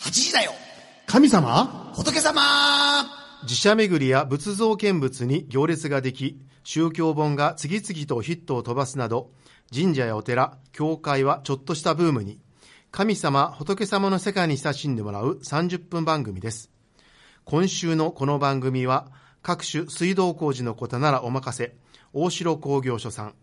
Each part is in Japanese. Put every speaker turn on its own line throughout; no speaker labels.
8時だよ
神様
仏様
寺社巡りや仏像見物に行列ができ宗教本が次々とヒットを飛ばすなど神社やお寺教会はちょっとしたブームに神様仏様の世界に親しんでもらう30分番組です今週のこの番組は各種水道工事のことならお任せ大城工業所さん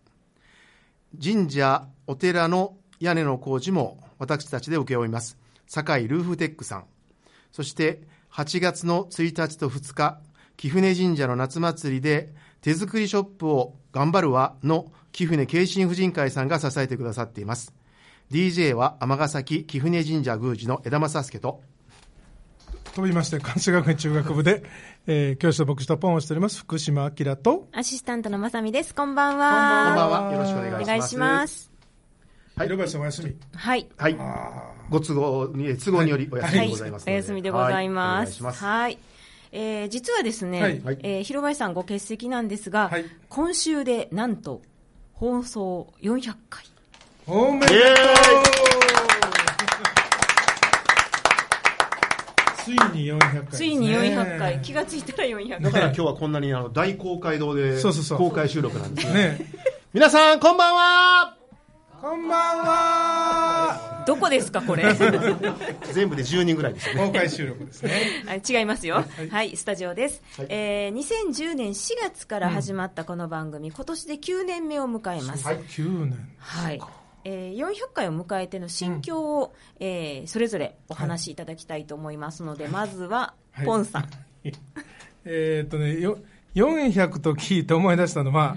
神社お寺の屋根の工事も私たちで請け負います酒井ルーフテックさんそして8月の1日と2日、貴船神社の夏祭りで手作りショップを頑張るわの貴船慶心婦人会さんが支えてくださっています。DJ は尼崎貴船神社宮司の枝正介と
飛びまして関西学園中学部で、えー、教師と牧師とポンをしております福島明と
アシスタントのまさみです。こんばん
こんばん
は。
はよろしくお願いします。
お願いします。
はい
広林さんお休み
はい。
はい。ご都合にえ都合によりお休み
は
で
い
ございますの
お
で。
休みでございま
はいお
す。
願
はいい。
しま
えー実はですね、
はい
はい
えー広林さんご欠席なんですが、
はい
今週でなんと放送400回。
おめでと
イ
う
エー
ついに400回、
ついに400回、気がついたら400
だ
回。
から今日はこんなにあの大公会堂で
そうそうそう
公開収録なんですね。
ね
皆さんこんばんは
こんばんは
どこですかこれ。は
全部で10人ぐらいですね。
公開収録ですね
い違いますよ。はい、スタジオです、えー2010年4月から始まったこの番組、今年で9年目を迎えます。
9年
はい、えー400回を迎えての心境を、えーそれぞれお話しいただきたいと思いますので、まずは、
はい
ポンさん。
えーっとねよ400と聞いて思い出したのは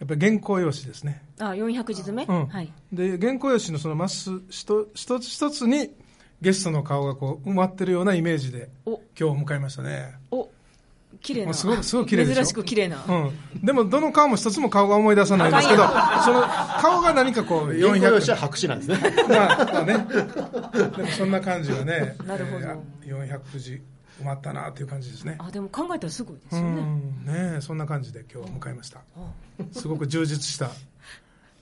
やっぱり原稿用紙ですね
あ、400日目、
うん
はい。
で原稿用紙のそのマス一一つ一つにゲストの顔がこう埋まってるようなイメージで
お、
今日を迎えましたね、
お、綺麗
ま
な。
あ、すごくすごく綺麗でしょ
珍しく綺麗な。
うん、でもどの顔も一つも顔が思い出さないですけどその顔が何かこう
原稿用紙
400
は白紙なんですね。
まあまあねでもそんな感じがね
なるほど
えー400字埋まったなっていう感じですね
あ、でも考えたらすごいです
う
よね。
んねえそんな感じで今日は迎えましたすごく充実した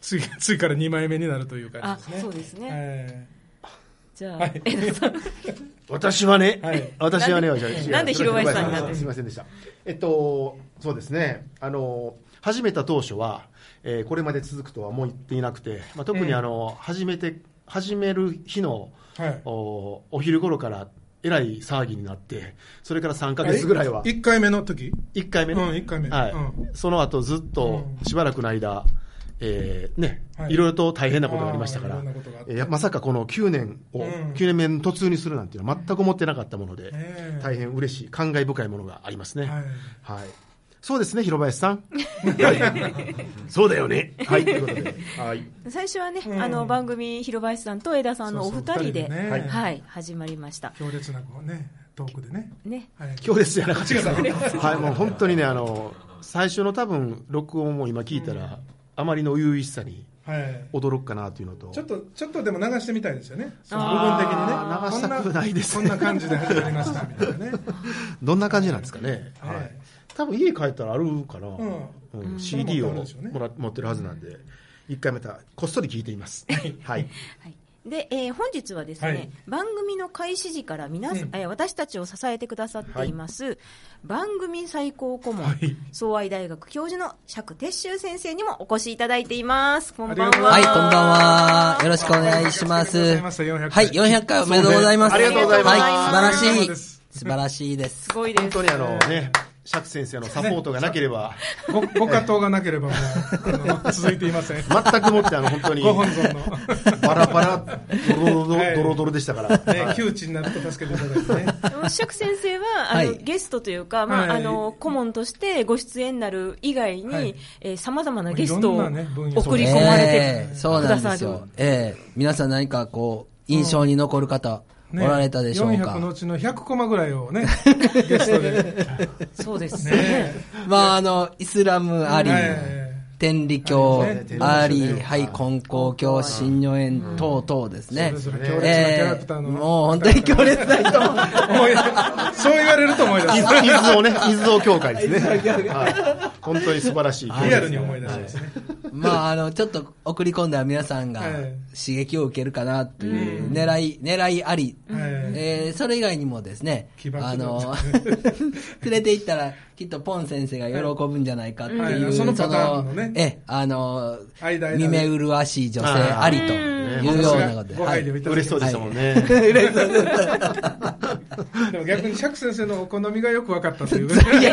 次次から2枚目になるという感
あ
じです、ね
そうですね。
え
じゃあ、
はい
えなさん
私はね、
はい
私はね、
なん
じ
で
ゃあ違う
なんで広林さんになってる
すみませんでした。えっと、そうですね、あの、始めた当初は、えーこれまで続くとはもう言っていなくて、まあ、特にあの、始めて、始める日の、
ーはい
おお昼頃から、えらい騒ぎになって、それから3ヶ月ぐらいは、
1回目の時
1回目ね、
うん一回目
はい
うん
その後ずっと
うん
しばらくの間、えーね、
はい
いろいろと大変なことがありましたか
あ
ら
ーいろんなことがあっ、た
えーやまさかこの9年を、
うん
9年目に突入するなんていうのは全く思ってなかったもので、
え
大変嬉しい、感慨深いものがありますね。
は
はいいそうですね、広林さ ん。そうだよね。はい、ということで。はい。
最初はね、
うん
あの、番組、広林さんと枝さんのお二人
そ
で、
うそう二人でね
はい、始まりました。
強烈なこうねトークでね、
ね。
はい、
今日ですじゃなかったですはい、もう本当にね、あの、最初の多分、録音を今聞いたら、あまりの初々しさに
はい
驚くかなというのと。
ちょっと、ちょっとでも流してみたいですよね。その部分的
あー
にね。
流したくないです
こんなこんな感じで始まりました、みたいなね。
どんな感じなんですかね、はい
はい
多分家帰ったらあるかな、うん CD をも
持ってあるでしょうね
ら持ってるはずなんで、一回またこっそり聞いています。はい、
はいで、えー本日はですね、
はい
番組の開始時から皆さん、
うん
えー私たちを支えてくださっています、番組最高顧問、
はい
総愛大学教授の釈徹修先生にもお越しいただいています。こんばん
ありがとうござ
は。
はい、こんばんは。よろしくお願いします。
ありがとうございました400
はい、400回おめでとうございます。
ありがとうございます
はい、素晴
ありがとうございま
らし
す
い。素晴らしいです。
すごいです。
本当にあのね、釈先生のサポートがなければ、
ご、ご加藤がなければもう、あの続いてい ません。
全くもってあの本 当に
ご本尊の。
バラバラ、ドロドロ
はい
ドロドロでしたから、
ね、窮地になると助けていただいてね。
釈先生は、あ
は
の、
い
ゲストというか、まあ、
はい
あの、顧問としてご出演になる以外に、
はい
えー、様々なゲスト
い
を
ろんなね分野
送り込まれ
ええ
て
そう
く
な
だ
んで
さ
す
る
よ。。ええ皆さん何かこう、印象に残る方、お
ね
られたでしょう
400
か。
のうちの100コマぐらいを ね、ゲストで。
そうですね。
ね
まあ、あの、イスラムあり
はいはいはい、
天理教
そうですね
あ
天理教
り、
ね
はい、金光教、新女園等々ですね。
それぞれ強烈なキャラ
え
ク
え
ターの。
もう本当に強烈な人。
思い出 そう言われると思い出す。
伊 豆をね、伊豆を教会ですね、はい、本当に素晴らしい、
リアルに思い出しますね。
まあ、あの、ちょっと送り込んだ皆さんが
え
刺激を受けるかなという狙い、狙いあり、
え
えーそれ以外にもですね
起、爆
あの
だ、
連れて行ったらきっとポン先生が喜ぶんじゃないかって
はい
い
は
う、
いそのパターンのね
そのえ、あの、
間間
見目麗しい女性ありというようなことで。
ご
は
配慮
い
いただ
嬉
きま
しそうでしたもんね。
でも逆に釈先生のお好みがよく分かったという
いや、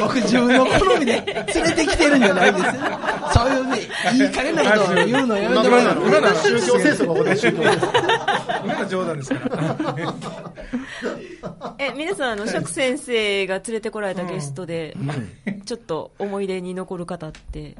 僕自分の好みで連れてきてるんじゃないんですよ。そういうね、いい加減なことを言うのやめ
今
て
か
も
らな
らえ
の
ない
今から宗教戦争が起こってる宗教戦争
今のは冗談ですから
え皆さんあの釈先生が連れてこられたゲストで、ちょっと思い出に残る方って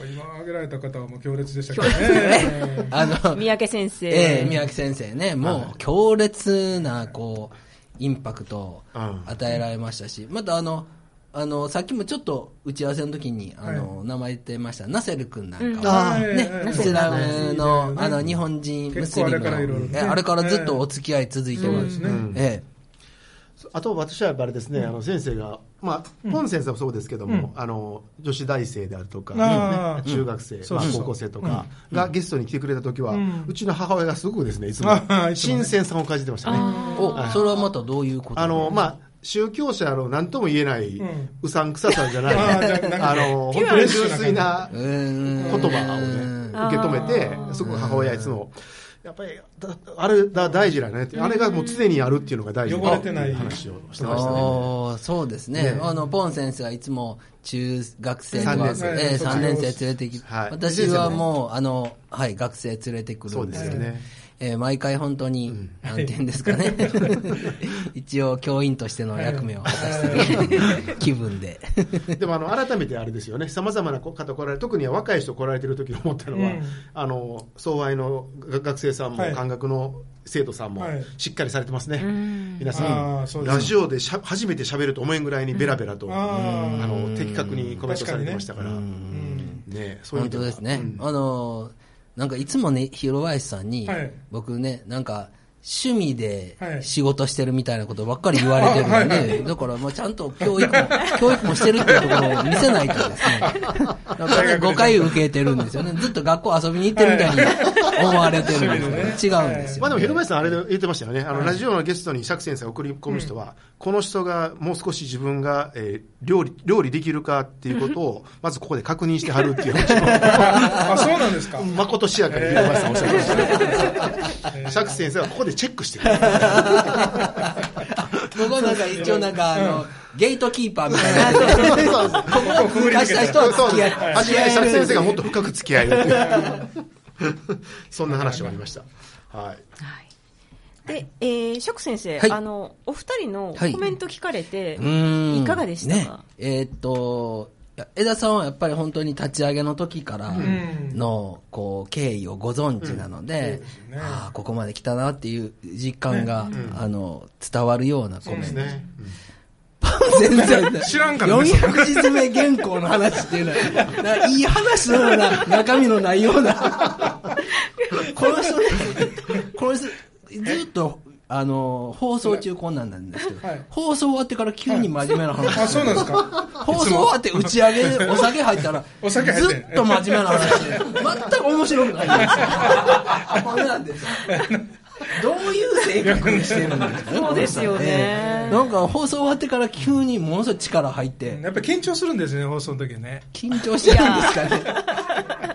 今挙げられた方はもう強烈でしたけどね
あの、
三宅先生、
ええ、宮城先生ね、もう強烈な、こう、インパクトを
うん
与えられましたし、またあの、あの、さっきもちょっと打ち合わせの時に、あの、名前言ってました、ナセル君なんかは、
うんあー
ね
うん、
イスラムの
う、ん
あの、日本人ムスリム
結構あれからいろいろ
の、
ね
えあれからずっとお付き合い続いてま
そう
す
ですね。
ええ
あと私はやっぱあれですね、あの先生が、まあ、ポン先生もそうですけども、あの女子大生であるとか、
あ
ね
ー
中学生、
そう
まあ
そう
高校生とかがゲストに来てくれた時は、
ん
うちの母親がすごくですね、いつも
あーいつもね
新鮮さを感じてましたね。
お、それはまたどういうこと
あの、まあ、宗教者の何とも言えない、
ん
うさんくささじゃない、
あーじゃあなんか
あの、本当に純粋な
うーん
言葉をね、受け止めて、そこが母親いつも、やっぱり、だあれだ大事だねって、あれがもう常にあるっていうのが大事だ
汚れてない
ってう話をしてましたね。
あーそうですね
ね
あのポン先生はいつも中学生とか
三年生
ええ三年生連れてき、
はい
私はもうあの、はい、学生連れてくるんですけ
そうですよ
ど
ね
ええ毎回本当に、なんて言うんですか ね一応教員としての役目を果たして る気分で
でもあの改めてあれですよね、さまざまな方来られる、特に若い人来られてる時に思ったのは、
うん
あの総愛のが学生さんも、
はい
感覚の生徒さんも
はい、
しっかりされてますね、皆
あ
さ
ーそ
ん、
うですね
ラジオでしゃ初めて喋ると思えんぐらいにベラベラと、
あー
あの的確にコメントされてましたから、
うん
ね、そういう意
本
味
当
は
ですね、
うん
あのなんかいつもね広林さんに、
はい
僕ねなんか趣味で
はい
仕事してるみたいなことばっかり言われてるんで、
あはいは
だからまあちゃんと教育も、教育もしてるっていうところを見せないとですね、だから誤解を受けてるんですよね。ずっと学校遊びに行ってるみたいに思われてるんですよ、ね、違うんですよ、ね。
まあでも、広林さん、あれで言ってましたよね、あのラジオのゲストに釈先生を送り込む人は、この人がもう少し自分が、えー料理料理できるかっていうことを、まずここで確認してはるっていう話
あそうなんですか
を、まことしやかに広林さんおっしゃってました。釈先生はここでチェックしてる、
僕はなんか一応なんかあの、ゲートキーパーみたいな。ここを通過した人は
そう
付き合
です
い
初めに釈先生がもっ
と。
と深く付き合えるっていうそんな話もありました。はい
はいで、えー、釈先生、
はい
あの、お二人の
はい
コメント聞かれて、
うーん
いかがでした
ね
か、
えーっと、いや江田さんはやっぱり本当に立ち上げの時からの、こう、経緯をご存知なので、ああ、ここまで来たなっていう実感が、あの、伝わるようなコメント。
ね
全然。
知らんからね
400字詰め原稿の話っていうのは、ないい話のような、中身のないような。この人ね、この人、ずっと、あの、放送中こんなんなんですけど、
はい
放送終わってから急に真面目な話。
あそうなんですか
放送終わって打ち上げ でお酒入ったら、
お酒入ってん
ずっと真面目な話で、全く面白くないんですよ。ダメなんですよ。 どういう性格にしてるんですかね。
そうですよね
ええなんか放送終わってから急にものすごい力入って、
やっぱり緊張するんですね放送の時ね
緊張してるんですかね。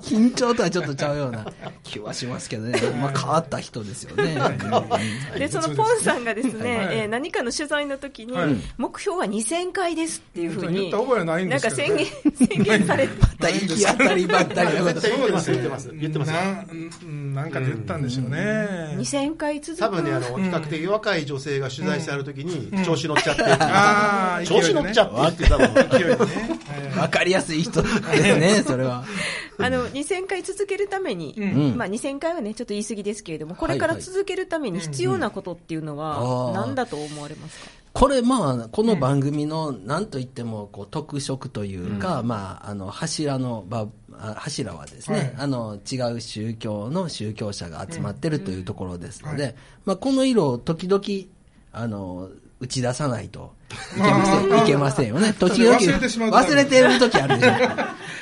緊張とはちょっとちゃうような気はしますけどね。まあ変わった人ですよね。
で、そのポンさんがですね、えー何かの取材の時に、
はい
目標は2000回ですっていうふう
言
に、
った覚えはないん
な
で
ん
す
か
けど
宣言、宣言され て、
また行き当たりばったりな こと。
言ってます言ってます言ってます
なんなんかで言ったんでしょうね
2000回続く。
多分ね、あの、比較的若い女性が取材してあるときに、調子乗っちゃって、
あー
調子乗っちゃってって多分、
勢いね
わかりやすい人ですね、それは。
あの2000回続けるために、
ん
まあ、2000回はねちょっと言い過ぎですけれども、これから
はいはい
続けるために必要なことっていうの
うんう
は、
ん
何だと思われますか、
これまあこの番組の何と言ってもこう特色というか、まああの柱のばあ柱はですね、
はい
あの違う宗教の宗教者が集まってるというところですので、まあこの色を時々あの打ち出さないといけ ません、いけませんよね。時々、
忘れてしまう
忘れてる時あ るでしょ。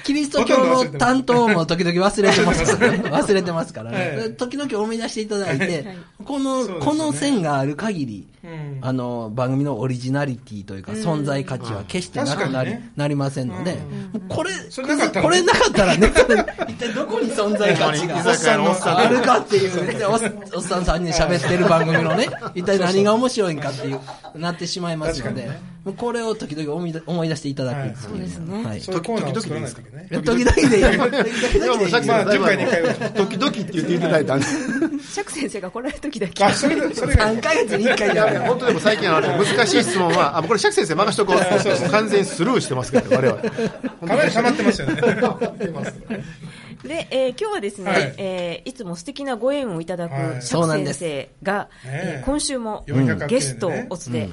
キリスト教の担当も時々忘れてます からね。忘れてますから
は
ね。
い
時々思い出していただいて
はい、
こ
そ
の、
うですよね
この線がある限り、
うん
あの、番組のオリジナリティというか、存在価値は決してなくなり、
うん確かにね
なりませんので、もうこれ、
それなかったらね
これなかったらね、 それ一体どこに存在価値が
居酒屋のおっさん
あるかっていうね、おっおっさん3人喋ってる番組のね、一体何が面白いんかっていう、なってしまいますので、もうこれを時々思い出思い出していただくっていう、
はいそうですね
はい。
そういうコーナーを作らないといけない。
時々でいい。時々
やもうさっ
で
き
いい。
の
まあ
だいぶあの
10回に一回は
時々って言っていただいたんで。
釈先生が来られる時だ け
あ、それで、それがいい
3ヶ月に1回
い
じゃない
や本当でも最近あの難しい質問は、あこれ、釈先生、任しとこうって、完全にスルーしてますから、我々
かなり溜まってますよね。
で、えー今日はですね、
はい
いえーいつも素敵なご縁をいただく
はい
釈先生
そ
が、
うなんです
えー今週も
ねえ400
ゲストをお連れく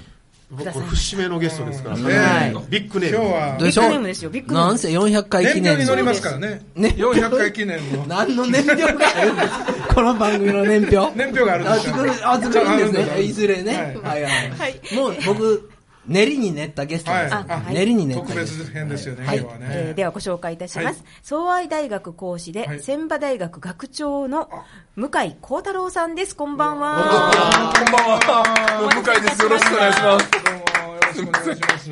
だ
僕、
さいまし
節目のゲストですから、
ね
は
ビッグ
今
ネ
日
ーム、
た。ビ
は、
ッグネームですよ、ビッグネー
なん
ム。
せ400回記
燃料
念
に乗り
の。
ますからね。
ね
400回記念の。
何の年表があるんですかこの番組の年表。
年表があるんですよ
作る、あ、作るんです
あ
ね。いずれね。
は
はいはい
はい
もう僕、練りに練ったゲストです。
はい
あはい
練りに練った
特
ゲスト。
別編ですよね、今
はい
日は
えー
ね。
ではご紹介いたします、
はい
総愛大学講師で、
はい
千葉大学学長の向井幸太郎さんですこんばん
こんばん
は
は。向井です。よろしくお願いします。
どうも、よろしくお願いします。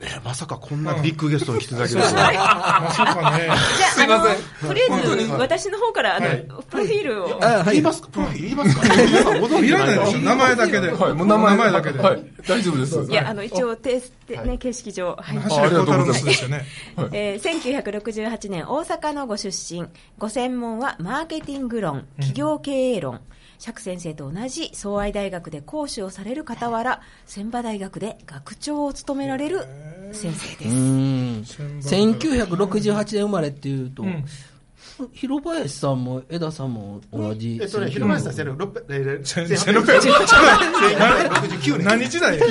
えまさかこんなビッグゲストに来ていただけると
は
は、
い
まさかね。
じゃあ
すいません
あのとりあえず私の方からあの、
はい
プロフィールを
あ、はい
言い。ますか、プロフィール言いますか、皆さんご存
い
知
ら
な
ないい
か
でしょ、名前だけで。
はい、もう名前
だけで。
はい、大丈夫です。
いやあの一応テスト、ね、形式上、はい
走るコタロスですよね。
はい
えー1968年大阪のご出身ご専門はマーケティング論企業経営論、釈先生と同じ総愛大学で講師をされる傍ら千葉大学で学長を務められる先生です、
うん。1968年生まれっていうと、広林さんも江田さんも同じ。
えっとね、広林さん、1669年。
何時代
で、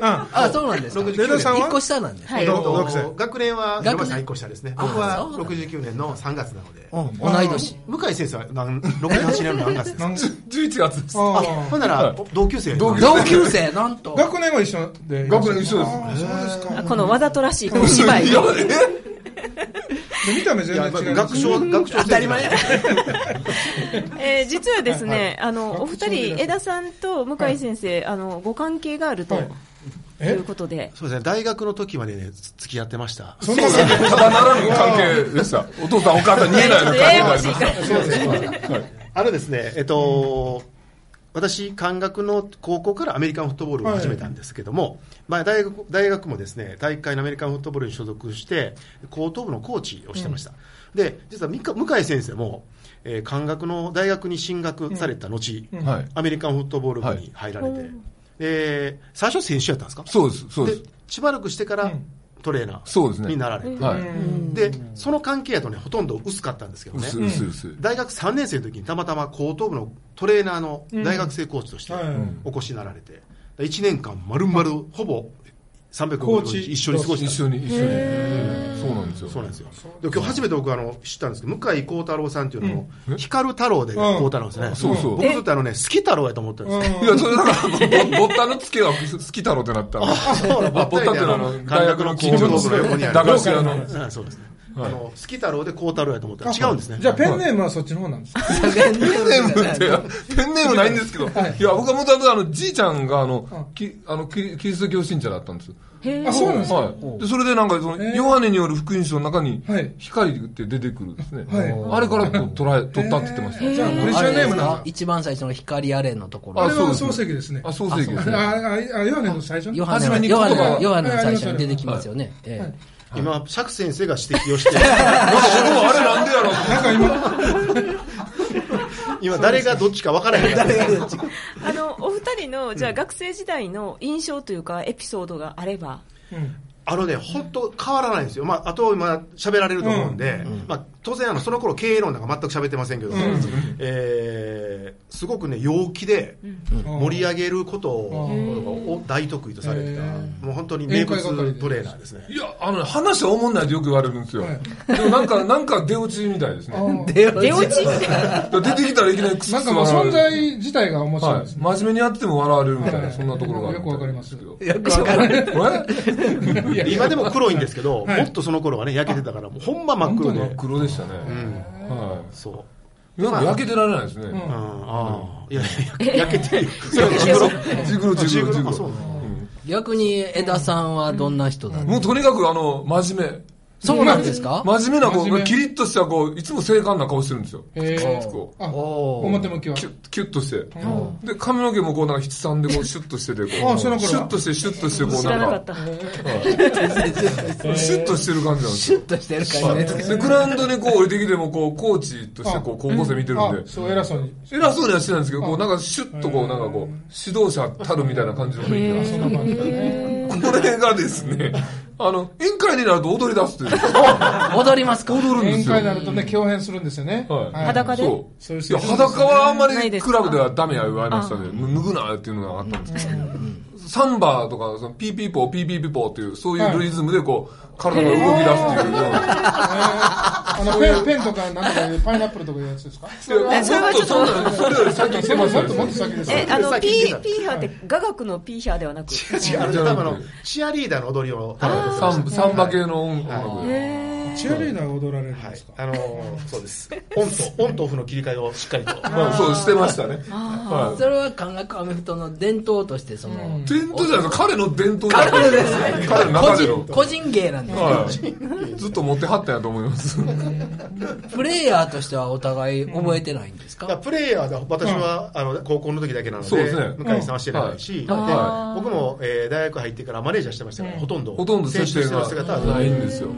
あ
あ、そうなんですか。
69
江田さんは
一個下なんです。
はい
えっ
同期生
と学年は広林さん1個下ですね、僕
あ
は
そうなんだ
69年の3月なので、
うん同い年。
向井先生は何68年の何月ですか、
何時
十一月です。
あ
あ
ほんなら同級生やな
同級
同級生、なんと。
学年は一緒で。
学年一緒です
あーそうです
あ
か。
このわざとらしいお芝居
いや
で見た目全
いや
然違
まあ
う。
学長学長
当たり前。
えー実はですね、
はい
あのお二人江田さんと向井先生、あのご関係があると、
はい
い、
え
うことで
そうですね大学の時までねつ付き合ってました
そんなことない
ただならぬ関係でした。お父さん、お母さん、逃げないの関係がありました。そうです。
あのですねえっと、私漢学の高校からアメリカンフットボールを始めたんですけども、まあ、大学大学もですね大会のアメリカンフットボールに所属して高等部のコーチをしてました、で実はみか向井先生も、えー、漢学の大学に進学された後、
はい。
アメリカンフットボール部に入られて、で最初選手やったんですか
そうです。そうです
で。しばらくしてからトレーナ
そうです
ー
ね。
になられて、
はい。
でその関係やとねほとんど薄かったんですけどね
薄い、薄い、薄い。
大学3年生の時にたまたま高等部のトレーナーの大学生コーチとして
はい
お越しになられて1年間まるまるほぼ
コー
365
チ
日一緒に過ご
一
した
緒に、一緒に。そうなんですよ。
そうなんですよで今日初めて僕あの知ったんですけど向井幸太郎さんっていうのも
うんえ
光太郎で幸太郎ですね
そうそう
僕ずっとあのね好き太郎やと思ってるんですよ
いや、それだから、ぼぼったのつけが好きだろうってなった の。
ぼ
ぼったっていうのは、大学の近所の駄菓子屋の。
うんそうですねあの好き太郎で幸太郎やと思ってる違うんですね
じゃあペンネームはそっちの方なんですか
ペンネームって、ペンネームないんですけど、いや、僕はもともとあの、じいちゃんが、あの、きあの、キキリスト教信者だったんですよ。
へー
あ、そうなんですか。
はい。で、それでなんか、その、
えー
ヨハネによる福音書の中に
はい、
光って出てくるんですね。
はい
あれからこう捉え、取ったって言ってま
じ
し
ゃあクリス
あ
チャ
れ
ンネ
で
ー
す
ムなん
か
だ。
一番最初の光あれのところ
あ
あ。
れ
そう
は
です
漱石ですね。
た。あ、
あ、
そうですね。
あ、あヨハネの最初
ヨハネの、
初めに
ヨハネ
言葉
の、
が
ヨハネの最初に出てきますよね。ええ
今釈先生が指摘をして
僕もあれなんでやろうと思って
今誰がどっちか分からへんから
あのお二人のじゃあ学生時代の印象というかエピソードがあれば、
あのね、本当変わらないんですよ。まあ、あと今喋られると思うんで、まあ、当然あの、その頃経営論なんか全く喋ってませんけども、えーすごくね、陽気で盛り上げることをを大得意とされてた、もう本当に名物トレーナーですね。
いや、あのね、話は思んないとよく言われるんですよ。
はい
でもなんか、なんか出落ちみたいですね。
出落
出落ちみたいな
だから出てきたらいきなりクス
な
ク
ん
ス
かもう
笑われ
存
る
在自体が面白い
は
です
い。
ね。
真面目にやっても笑われるみたい
は
な、
い
そんなところがあるみたい
よくわかります
ですけど。
よくわか
え
る。
いや
今でも黒いんですけど、もっとその 頃はね、焼けてたから、もうほんま真っ黒
真っ
で。
黒でしたね。は
そう。
い。なんか焼けてられないですね。
うん、ああ。いや、焼けてるよ。
ジグロ、ジグロ、ジグ
あそう
ロ
な。の
逆に枝さんはどんな人だった
もうとにかく、あの、真面目。
そうなんですか
真面目な子
真面目
キリッとした子いつも精悍な顔してるんですよ
へー
こう
あ、
おー
表向きは。
キュッキュッとしてで髪の毛もこうなんか筆算でこうシュッとしててこ
あ
うシ
その頃は
ュッとしてシュッとしてこう
知らなか
な
っ
ん
た
か。シュッとしてる感じなんです
シュ
よ
ッとしてる
は
感じです
いでグラウンドにこう降りてきてもこうコーチとしてこう高校生見てるん
あ
で、
そう、偉そうに。
偉そうにはしてないんですけどこうなんかシュッとこうなんかこう指導者たるみたいな感じの雰囲気なんですよ
そんな感じだね。
これがですねあの宴会になると踊り出すという
踊りますか
踊るんで
宴
すよ
会になるとね、共演するんですよね。
はい
裸で
そ
そう
う
いう
い
生
や
活ですね
裸はあんま
ないで
り
す
クラブではダメや言われましたね脱ぐなっていうのがあったんですけど、サンバとかそのピーピーポーピーピーピーポーっていうそういうリズムでこう体が動き出すっていうような
あの、ペン、ペンとか、なんとかいう、パイナップルとかいうやつですか
いや
それは
もっとそんなそれより先行っ
そ
て
れ
ま
もっ
す
と
よ
もっともっと先ですよ
え、あの、
先
ピ
に出
ー、
た
ピーハーって雅楽のピーハーではなく。
違う、あれ多分あの、チアリーダーの踊りを習って
サ
まし
ンサンバ系の音楽、
チアリーダーが踊られるん
た。は
で
い
すか。
あの ー、そうです。オンと、オンとオフの切り替えをしっかりと。
まあ、そうしてましたねはい
それは感覚アメフトの伝統としてその、
伝統じゃないです彼の伝統だ
彼ですね
彼の
個
中での
人個人芸なんです、
はい、ずっと持ってはったんやと思います
プレイヤーとしてはお互い覚えてないんですか、
だからプレイヤーだ、私は、あの高校の時だけなの
そうで
で、
すね
向井さんはしてないし、で
はいは
僕も、えー大学入ってからマネージャーしてましたから、ほとんど、
ほとんど接
選
点
手としての
が
姿は
な
ないい
んですよ、はい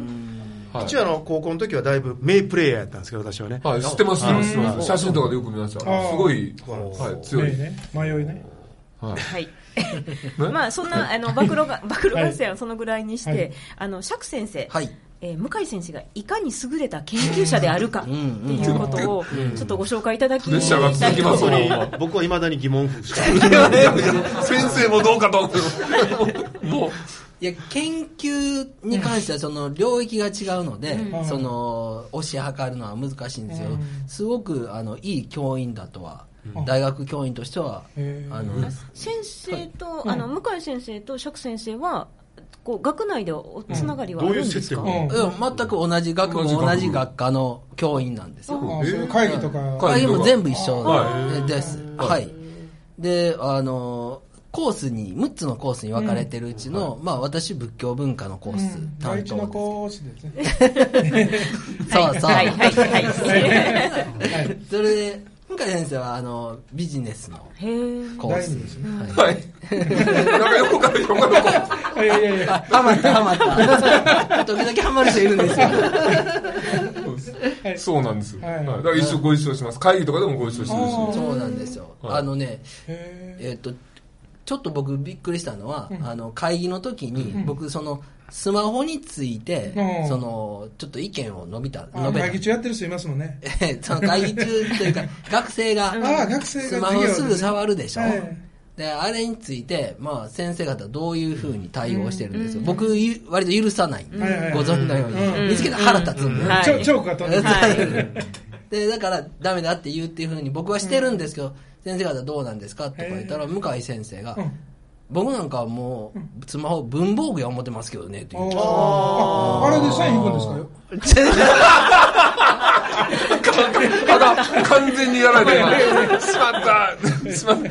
一応あの、高校の時はだいぶ名プレイヤーやったんですけど、私はね。
はい、知ってます、知ってます知ってます。写真とかでよく見ました。
あー
すごい、
あー
はい、強
迷
い
い。ね。迷いね。
はい。まあ、そんな、あの、暴露が、暴露合戦はそのぐらいにして、
はい
あの、釈先生。
はい
えー向井先生がいかに優れた研究者であるかっていうことをちょっとご紹介いただき
プレッシャーが続きます
本
も
当
ん
に、僕はいまだに疑問符しか。
先生もどうかと思う。も
いや研究に関してはその領域が違うので、その推し量るのは難しいんですよ、すごくあのいい教員だとは、大学教員としては、
へー
あの
先生と、あの向井先生と釈先生はこう学内でおつながりはあるんですか、
どういう接点
う
が
ん。
うん全く同じ学部
同じ学部
同じ学科の教員なんですよ
あそういう会議とか。
会
会
議
議
とか
も全部一緒
は
です。はい。で、あの、コースに、6つのコースに分かれてるうちの、まあ私、仏教文化のコース
第
担
一
当
の
です。
講師ですね。
そうそう。
はいはいはいはい
それで、向井先生は、あの、ビジネスの
へえ
コー
第
ス
二ですね。
う、はい。なんか横から横からこ
いやいやいや。
あハマったハ マった。時々ハマる人いるんですよ。
う。そうなんですよ。
は
はいい。だから一緒ご一緒します。会議とかでもご一緒してるし。
そうなんですよ。
はい
あのね、
へ
えっと、ちょっと僕びっくりしたのは、あの会議の時に、僕そのスマホについて、
うん
そのちょっと意見を述べた、
あ
述べた
会議中やってる人いますもんね。
その会議中というか、学生が、
ああ学生が
スマホすぐ触るでしょ。
授業でね
で、あれについて、まあ、先生方どういうふうに対応してるんですよ。僕、ゆ割と許さない。
んはいはいはい
ご存知のように。見つけたら腹立つんで。
はい
チョチョークが飛んでくる。
で、だから、ダメだって言うっていうふうに僕はしてるんですけど、先生方どうなんですかとか言ったら、向井先生が、
うん
僕なんかはもう、スマホ文房具や思ってますけどね、って言う。
ああれでサイン引くんですかよ。
ただ、完全にやられ て今、しまった、しまった。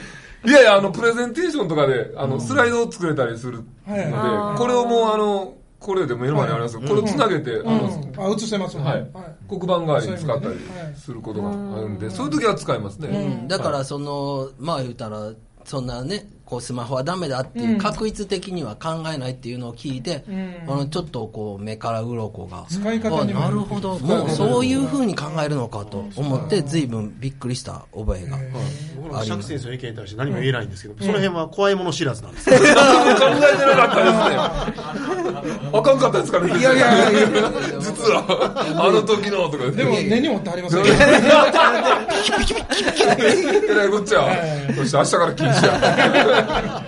いやいや、あの、プレゼンテーションとかで、あの、スライドを作れたりするの
はい
で、これをもう、あの、これで目の前にありますけどこれをつなげて、あの、
あ、映せますもんね。
はい
はい。
黒板代わりに使ったりすることがあるんで、そういう時は使いますね。
うんだからそのまあ言うたらそんなねこうスマホはダメだっていう確率的には考えないっていうのを聞いて、あのちょっとこう目から鱗が
使い方にも
あなるほどもうそういうふうに考えるのかと思って随分びっくりした覚えが、
僕の釈先生の意見に対して何も言えないんですけど、その辺は怖いもの知らずなんです。
考えてなかったですね。あかんかったですかね
いやいやいやいや
実はあの時のとか
でも根に持ってありますよね
えらいこっちゃそして明日から禁止 や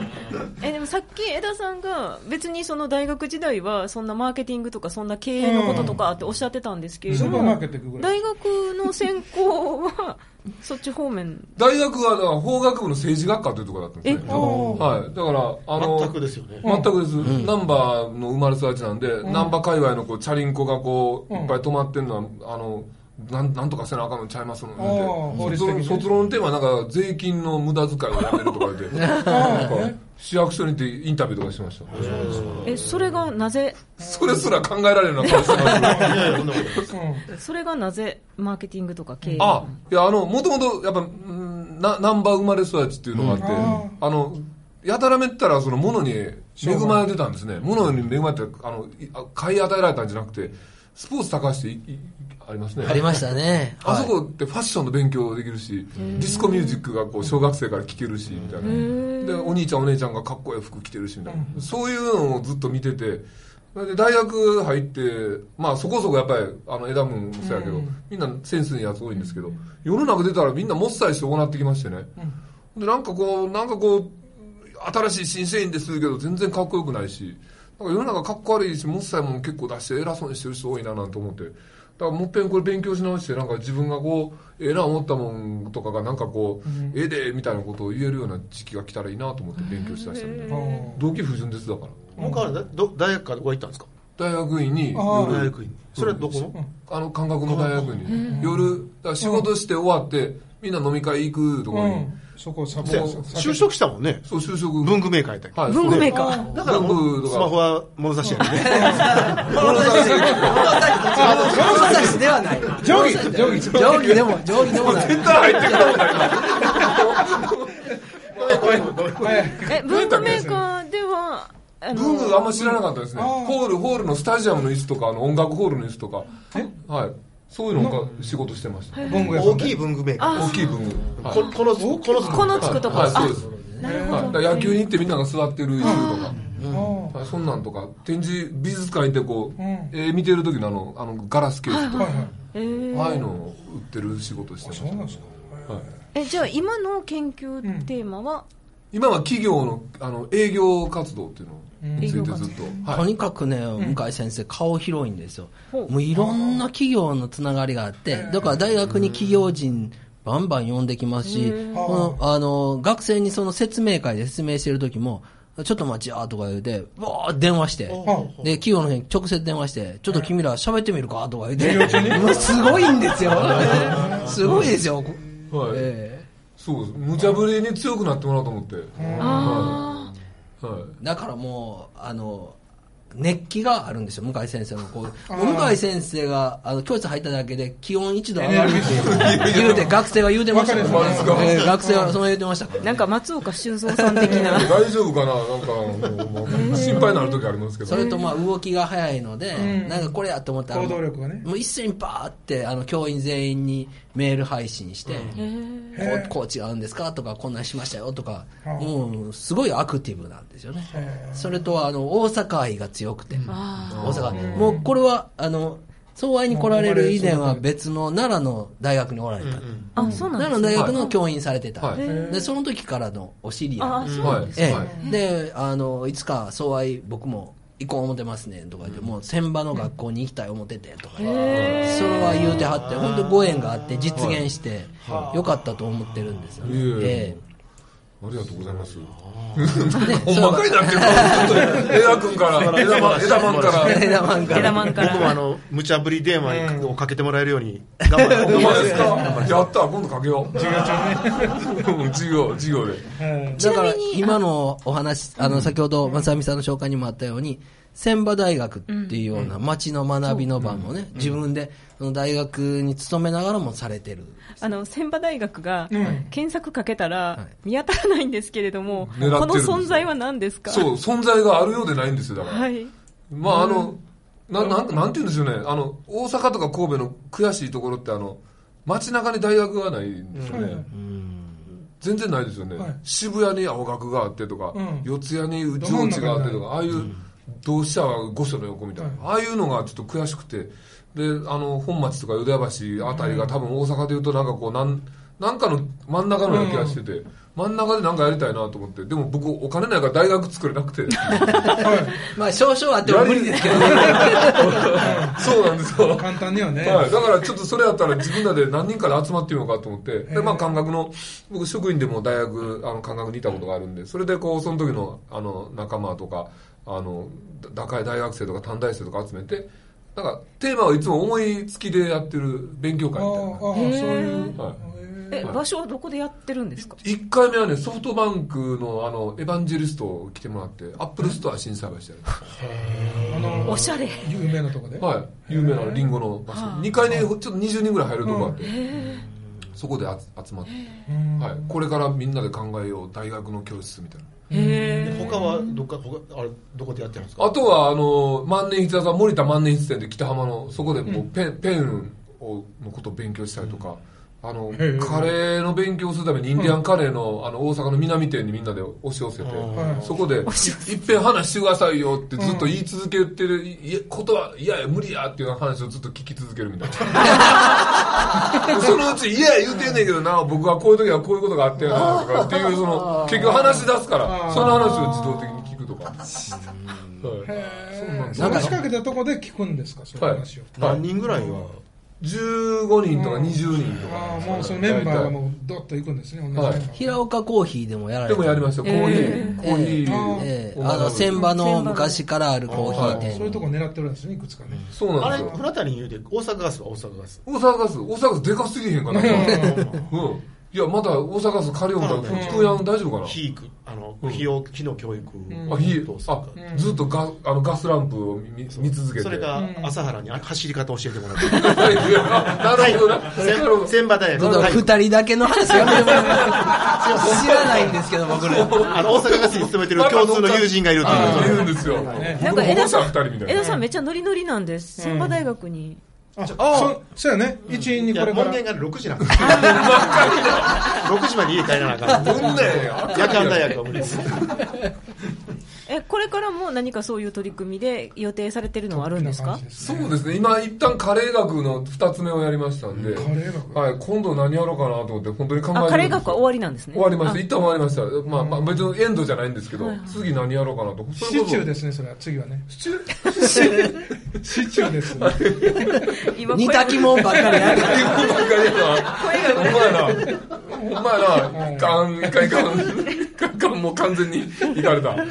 えでもさっき江田さんが別にその大学時代はそんなマーケティングとかそんな経営のこととかっておっしゃってたんですけれ
ス
ど
ーパ
も、
ーマーケット行くぐらい
大学の専攻は そっち方面
大学はだから法学部の政治学科というところだったんですねはいだからあの
全くですよね。
全くです、ナンバーの生まれ育ちなんで、ナンバー界隈のこうチャリンコがこういっぱい止まってんのは、あのなんなんとかせなあかんのちゃいますの
あー法
で
律
卒
的に
論
ね
卒論のテーマはなんか税金の無駄遣いをやめるとか言って なんか市役所に行ってインタビューとかしました
えそれがなぜ
それすら考えられるような顔してます
いやいや、そんなことないです。
それがなぜマーケティングとか経営
あいやあのもともとやっぱうんなナンバー生まれ育ちっていうのがあって、あのやたらめったらその物に恵まれてたんですね物に恵まれてあのいあ買い与えられたんじゃなくてスポーツ高橋っていいありますね
ありましたね。
あそこってファッションの勉強できるし、ディスコミュージックがこう小学生から聴けるしみたいなでお兄ちゃんお姉ちゃんがかっこいい服着てるしみたいな、そういうのをずっと見ててで大学入って、まあ、そこそこやっぱりあの枝分もそうやけど、みんなセンスいいやつ多いんですけど世の中出たらみんなもっさりしてこうなってきましてね、でなんかこうなんかこう新しい新製品でするけど全然かっこよくないしなんか世の中かっこ悪いしもっさいもん結構出して偉そうにしてる人多いななんて思ってだからもっぺんこれ勉強し直してなんか自分がこうええな思ったもんとかがなんかこう、ええでみたいなことを言えるような時期が来たらいいなと思って勉強しだしたみたいな動機不純ですだから
もうからだど大学からどこ行ったんですか
大学院に
あー
大
夜
学院。それはどこの
あの感覚の大学に夜だから仕事して終わってみんな飲み会行くとこ
う
に、
んそこをサポ
そうや就職したもんね。
そう就職
文具メーカーやったっけ
はい
文具メーカー
だからも
文具
う
とか
スマホは物差しやね。
物差しではない。
定規定規
定規でも、定規でもない。
え文具メーカーではあの
文具あんま知らなかったですね。ホール、ホールのスタジアムの椅子とか、あの音楽ホールの椅子とか、はい。そういうのが仕事してました。
文具屋さん
大きい文具メーカー
大きい文具。はい
ここの、この、
このつくと
はい、
か
そうです。はい、だから野球に行ってみんなが座ってる椅子とか、はい、そんなんとか、展示、美術館行ってこう、えー見てる時のあの、あの、ガラスケースとか、
はいはい
えー
ああいうのを売ってる仕事してまし
そう
た
なん。ですか
えじゃあ今の研究テーマは
今は企業の、あの、営業活動っていうのについてずっと。
と
はい。
にかくね、向井先生、顔広いんですよ。
ほう
もういろんな企業のつながりがあって、だから大学に企業人、バンバン呼んできますし、このあの学生にその説明会で説明してる時も、ちょっと待ちやとか言うて、わー電話して、で、企業の辺に直接電話して、ちょっと君ら喋ってみるかとか言うて、もう すごいんですよ。 すごいですよ。
はい。
ええ
そうです。無茶ぶりに強くなってもらおうと思って。
あ
はい。
だからもうあの熱気があるんですよ向井先生のこう向井先生があの教室入っただけで気温1度上がるっていう 言うて学生が言うてましたから
わかりますわかり
ね、えー学生はその言うてましたから、
ー
ね、
なんか松岡修造さん的 な
大丈夫かななんかもう、もう心配になる時ありますけど
そ。れとまあ動きが早いので、なんかこれやと思ってあの
行動力がね
もう一斉にバーってあの教員全員にメール配信して、こうこう違うんですかとかこんなんしましたよとか、もうすごいアクティブなんですよね、それとあの大阪愛が強くて、大阪もうこれはあの相愛に来られる以前は別の奈良の大学におられた、
あそうなんです
奈良の
ね
大学の教員されてた、
はい
でその時からのお知り合い
あそう
はい。
え
はい
え、であのいつか相愛僕も行こう思ってますねんとか言って、もう千葉の学校に行きたい思っててとか言ってそれは言うてはって本当ご縁があって実現して、よかったと思ってるんですよ、ね
いえいえ
え
ありがとうございます。
えで
ほんまかいなってるから、枝君から、枝マン、枝マンか
そ
ら。
れが枝ンか
ゲラ
ら
マンか
僕もあ
ら
の、無茶ぶり電話をかけてもらえるように、頑張
お前です
る。
かやった、今度かけよう。授業中ね。授業、授業で。
だから今のお話あの先ほど正美さんの紹介にもあったように千葉大学っていうような町の学びの場もね、自分でその大学に勤めながらもされてる、
あの千葉大学が検索かけたら見当たらないんですけれども
狙ってるんですよ
この存在は何ですか
そう、存在があるようでないんですよ、だから。
はい
まああの、ななんなんて言うんでしょうねあの大阪とか神戸の悔しいところってあの街中に大学がないんですよね、全然ないですよね、
はい
渋谷に青学があってとか、
ん
四谷に上智があってと
ど真ん中に
かああいう同志社御所の横みたいな、ああいうのがちょっと悔しくてであの本町とか淀屋橋あたりが多分大阪でいうとなんかこうなんなんかの真ん中のような気がしてて、真ん中でなんかやりたいなと思ってでも僕お金ないから大学作れなくて
まあ少々あっても無理ですけどね
そうなんですよ
簡単にはね、
はい、だからちょっとそれやったら自分らで何人から集まってみようかと思って、でまあ感覚の、僕職員でも大学、あの感覚にいたことがあるんで、それでこう、その時の、あの、仲間とか、あの、だ高い大学生とか短大生とか集めて、なんかテーマはいつも思いつきでやってる勉強
あ
会
あああ
みたいな。
そういう、
はい
え場所はどこでやってるんですか
1回目はね、ソフトバンクのあの、エヴァンジェリストを来てもらって、アップルストア審査会してやる。
あの
おしゃれ
有名なとこで、
はい、有名なリンゴの場所、2階にちょっと20人ぐらい入るとこあって、そこであ集まって、はい、これからみんなで考えよう大学の教室みたいな
他はどっか他あれどこでやってるんですか
あとはあの万年筆屋さん森田万年筆店で北浜のそこでもうペン,、ペンをのことを勉強したりとか、あのカレーの勉強するためにインディアンカレーの,、あの大阪の南店にみんなで押し寄せて、そこで「いっぺん話してくださいよ」ってずっと言い続けてる、いいことはいやいや無理やっていう話をずっと聞き続けるみたいな。 そのうち、いや、言うてんねんけどな、僕はこういう時はこういうことがあってやな、とかっていう、その、結局話し出すから、その話を自動的に聞くとか。はいそうなんです
そ
よ
の仕掛けたとこで聞くんですかそういう話を、
何人ぐらいは
15人とか20人と
ああ
か。
もうそのメンバーがもうドッと行くんですね同じメンバーが、
平岡コーヒーでもやられ
で
て
もやりました、コーヒー、コーヒー。
ええあの千葉の昔からあるコーヒー
ああそういう
店
とこ狙ってるんですねいくつかね
そうな
あ
ん
れ
ですよ。
船谷に言うて大阪ガスは大阪ガス
大阪ガス、大阪ガスでかすぎへんかな。うん。いや、また大阪ガス借りようかな。福山大丈夫かな
非育あの非を非の教育
あ、火
と、そ
あ、ずっとガあのガスランプを見見続けて。
れ が朝原に走り方教えてもらっ
あなるほどな。
て
なるほど
千葉大
ちょっと
学の
二人だけの話やめてもらっていいですか知らないんですけど僕ら
あの大阪ガスに勤めてる共通の友人がいるって
あ
い
いうるんですよ。
なん
僕
か
の保
江田
護者二
さん
人みた
江
いな
田。さんめっちゃノリノリなんです千葉大学に
あそそうやね一員に
い
こ
や
れか
門
ら
限が6時なんです6時まで家帰らなあかん
どんなや
夜間大学は無理です
えこれからも何かそういう取り組みで予定されてるのはあるんです
こな
か
感じです
そうですね。今一旦カレー学の二つ目をやりましたんで。
カレー学
はい。今度何やろうかなと思って本当に考えてるん
あ
です
カレー学は終わりなんですね
終わりました。一旦終わりました。まあまあ別にエンドじゃないんですけど、次何やろうかなと。それ
シ
こそ
チューですねそれは次はね
シチュー
シチューですね
今
似
声
た
が
きもんばっかりや
って
る
いうことかやな。お前な。お前な。いかん、いかん、いかん。いかんいかん、もう完全にいかれた。はい。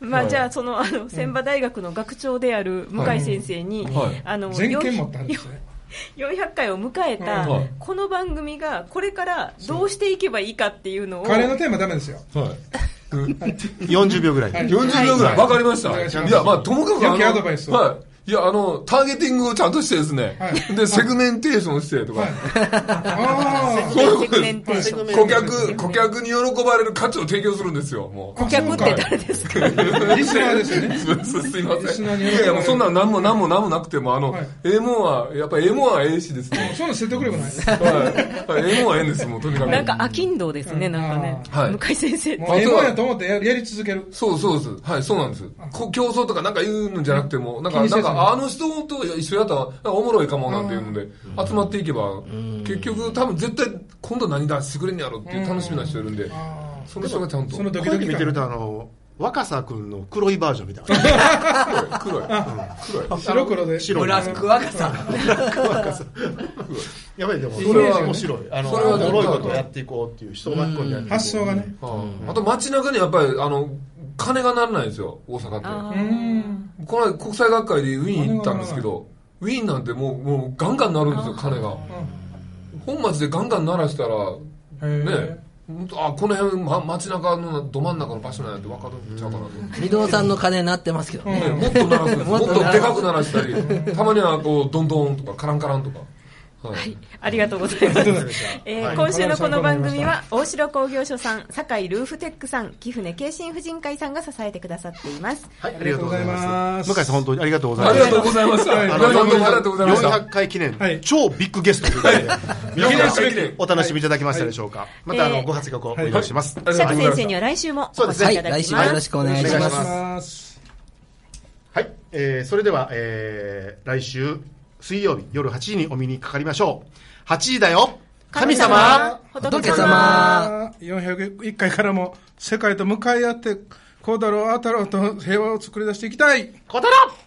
ま
は
あ
い
じゃあそのあの千葉大学の学長である向井先生に
はい
あの
全権
よ
持
ん
ったんですね
400回を迎えた
はい
この番組がこれからどうしていけばいいかっていうのを
カレーのテーマダメですよ
はい。
40秒ぐらい
40秒ぐらい。わかりまし。
お願いしたます
いや、まあ、ともかくあ
良きアドバイス
の、
を
はい。いや、あの、ターゲティングをちゃんとしてですね
は。い
で、セグメンテーションしてとか。
あ
そういうこと
セグメンテー
で
シ
す。
ョン
顧客、顧客に喜ばれる価値を提供するんですよ、もう。
顧客って誰ですか
あリスナーです よね
すすいま
リ
せ
ス
ん。い
ナーに喜ばれる
やいや、もうそんなん何も何も何もなくても、あの
はい、
ええもんは、やっぱええもんはええしですね。
そんな説得力ない
はいはい。ええもんはええんです、もうとにかく。
なんか、あきんどうですね、なんかね
あーはい。
向井先生。
もうええもんやと思ってややり続ける
そうそうです。はい、そうなんです。こ競争とかなんか言うんじゃなくても、なん
気
か、
にせ
な
ず
ん
に
か、あの人と一緒やったら、なんかおもろいかもなんていうので、集まっていけば、結局多分絶対、今度何出してくれんやろっていう楽しみな人いるんで、その人がちゃんと、
その
黒い
ドキ
こう
ド
いう時
キ
見
感
てるとあの若狭君の黒いバージョンみたいな
黒い、黒い。
白黒で
白
ブラック若さ
やばいでも
そ
そ
れは
れは面白いあの
それは
おもろいことをやっていこうっていう人を巻き込んでやっていこう
発想がね
あと街中にやっぱり、あの、金がならないんですよ、大阪って。
あ
この間国際学会でウィーン行ったんですけど、ウィーンなんてもう、もうガンガンなるんですよ、金が。本町でガンガン鳴らしたら、ね、本当あ、この辺、ま、街中のど真ん中の場所なんやって分かるんちゃうかなと。
不動産の金なってますけどね
ね、もっと鳴らすんですもっ
もっ
と
と鳴ら
ですかく鳴らしたり、たまにはこう、どんどんとか、カランカランとか。は
ー
い。
ありがとうございます。えー今週のこの番組は、大城工業所さん、堺ルーフテックさん、貴船慶心婦人会さんが支えてくださっています。
はいあ
ありがとうございます
向井さん本当にありがとうござい
あ
ま
り
す
がとうございました。
は
皆
い
さんどうもありがとうございました。
400回記念、
はい
超ビッグゲストということで、
はい
皆さん
記念すべき
お楽しみいただきましたでしょうか。また、あ
えー
の、ご発言をお願いします。
ありがとうございました
釈先生には来週もお越しいただきます。
はい来週もよろしくお願いし
お願
ま
いし
す
ます
ます
えーそれでは、えー来週水曜日夜8時にお見にかかりましょう。8時だよ神様
仏様
401回からも世界と向かい合って、孝太郎、あ太郎と平和を作り出していきたい
小太郎